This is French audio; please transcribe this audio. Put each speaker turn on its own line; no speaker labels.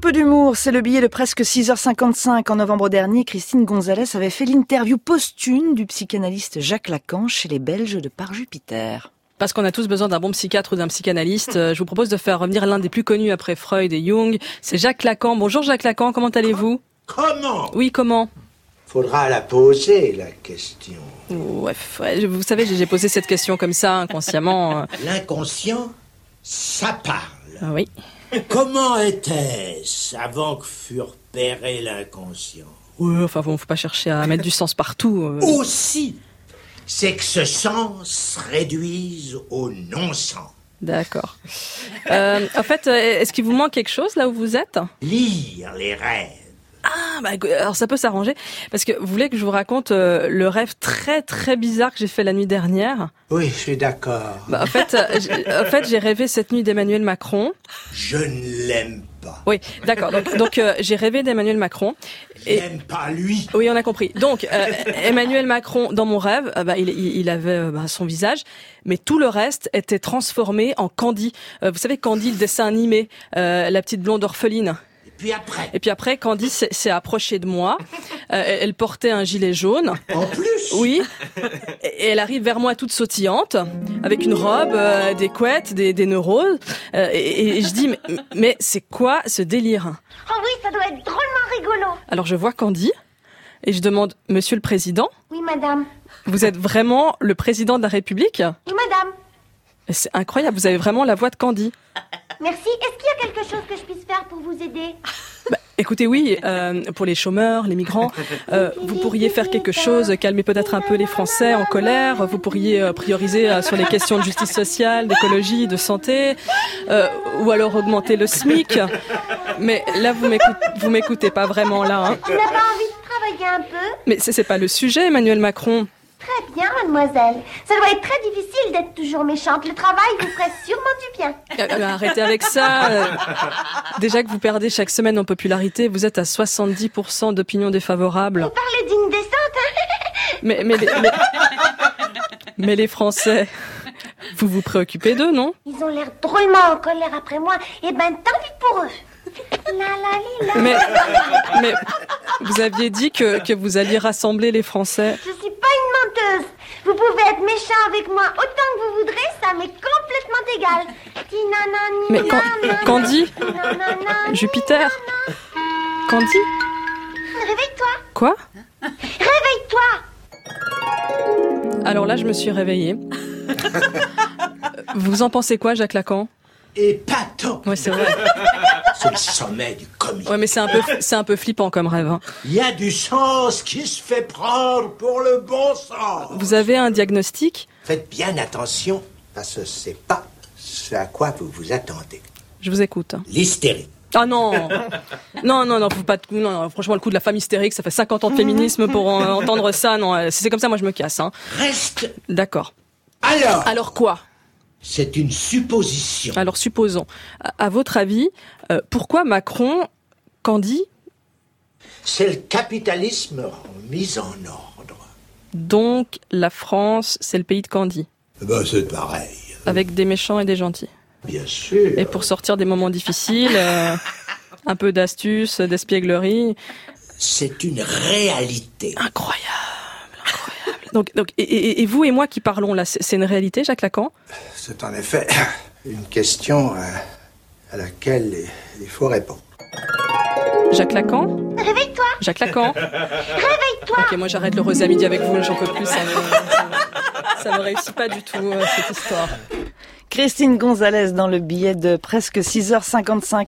peu d'humour, c'est le billet de presque 6h55. En novembre dernier, Christine Gonzalez avait fait l'interview posthume du psychanalyste Jacques Lacan chez les Belges de Par Jupiter.
Parce qu'on a tous besoin d'un bon psychiatre ou d'un psychanalyste, euh, je vous propose de faire revenir l'un des plus connus après Freud et Jung. C'est Jacques Lacan. Bonjour Jacques Lacan, comment allez-vous
Comment
Oui, comment
Faudra la poser, la question.
Ouais, ouais, vous savez, j'ai posé cette question comme ça, inconsciemment.
L'inconscient, ça parle.
Ah Oui.
Comment était-ce avant que fût repéré l'inconscient
Ouais, enfin bon, faut pas chercher à mettre du sens partout. euh.
Hmm. Aussi, c'est que ce sens se réduise au non-sens.
D'accord. Euh, en fait, euh, est-ce qu'il vous manque quelque chose là où vous êtes
Lire les rêves.
Ah, bah, alors ça peut s'arranger parce que vous voulez que je vous raconte euh, le rêve très très bizarre que j'ai fait la nuit dernière.
Oui, je suis d'accord.
Bah, en fait, euh, j'ai- en fait, j'ai rêvé cette nuit d'Emmanuel Macron.
Je ne l'aime pas.
Oui, d'accord. Donc, donc, euh, j'ai rêvé d'Emmanuel Macron. Et-
J'aime pas lui.
Oui, on a compris. Donc, euh, Emmanuel Macron, dans mon rêve, euh, bah, il, il- il avait euh, bah, son visage, mais tout le reste était transformé en Candy. Euh, vous savez, Candy, le dessin animé, euh, la petite blonde orpheline.
Et puis après,
Et puis après, Candy s'est s'est approchée de moi. Euh, elle- elle portait un gilet jaune.
en plus,
Oui. Et elle arrive vers moi toute sautillante, avec une robe, euh, des couettes, des, des neurones. Euh, et, et je dis, mais, mais c'est quoi ce délire
Oh oui, ça doit être drôlement rigolo.
Alors je vois Candy et je demande, Monsieur le Président,
Oui, madame.
vous êtes vraiment le Président de la République
Oui, madame.
Et C'est incroyable, vous avez vraiment la voix de Candy.
Merci. Est-ce qu'il y a quelque chose que je puisse faire pour vous aider
Écoutez, oui, euh, pour les chômeurs, les migrants, euh, vous pourriez faire quelque chose, calmer peut-être un peu les Français en colère, vous pourriez euh, prioriser euh, sur les questions de justice sociale, d'écologie, de santé, euh, ou alors augmenter le SMIC. Mais là, vous m'écoutez, vous m'écoutez pas vraiment là. hein.
On n'a pas envie de travailler un peu
Mais c'est c'est pas le sujet, Emmanuel Macron.
Très bien, mademoiselle. Ça doit être très difficile d'être toujours méchante. Le travail vous ferait sûrement du bien.
Euh, euh, Arrêtez avec ça. euh. Déjà que vous perdez chaque semaine en popularité, vous êtes à 70% d'opinion défavorable.
Parlez d'une descente, hein
Mais, mais, les, mais- mais les Français, vous vous préoccupez d'eux, non
Ils ont l'air drôlement en colère après moi. Eh ben, tant pis pour eux. La la li, la.
mais, mais vous aviez dit que, que vous alliez rassembler les Français.
Je suis pas une menteuse. Vous pouvez être méchant avec moi autant que vous voudrez, ça m'est complètement égal. Ti nana ni
Mais Can-
nana,
Candy
ti nana ni
Jupiter Candy
nana. Réveille-toi,
Quoi
réveille-toi.
Alors là, je me suis réveillée. Vous en pensez quoi, Jacques Lacan
épatant.
Ouais, c'est vrai.
C'est le sommet du comique.
Ouais, mais c'est un peu, c'est un peu flippant comme rêve. hein.
Il y a du sens qui se fait prendre pour le bon sens.
Vous avez un diagnostic
Faites bien attention parce que c'est pas ce à quoi vous vous attendez.
Je vous écoute.
L'hystérie.
Ah non Non, non, non, faut pas de coup- non, non, franchement, le coup de la femme hystérique, ça fait 50 ans de féminisme pour en- entendre ça. Non, euh, si c'est comme ça, moi, je me casse. Hein.
Reste
D'accord.
alors.
Alors quoi
C'est une supposition.
Alors supposons, à, à votre avis, euh, pourquoi Macron, Candy,
C'est le capitalisme mis en ordre.
donc la France, c'est le pays de Candy,
Ben, c'est pareil.
avec des méchants et des gentils
Bien sûr.
Et pour sortir des moments difficiles, euh, un peu d'astuce, d'espièglerie.
C'est une réalité.
Incroyable, incroyable. Donc, donc, et, et- et vous et moi qui parlons là, c'est c'est une réalité, Jacques Lacan
C'est en effet une question euh, à laquelle il faut répondre.
Jacques Lacan
Réveille-toi,
Jacques Lacan
réveille-toi.
Ok, moi j'arrête le rosé à midi avec vous, j'en peux plus. Ça me, ça me réussit pas du tout, euh, cette histoire.
Christine Gonzalez dans le billet de presque 6h55.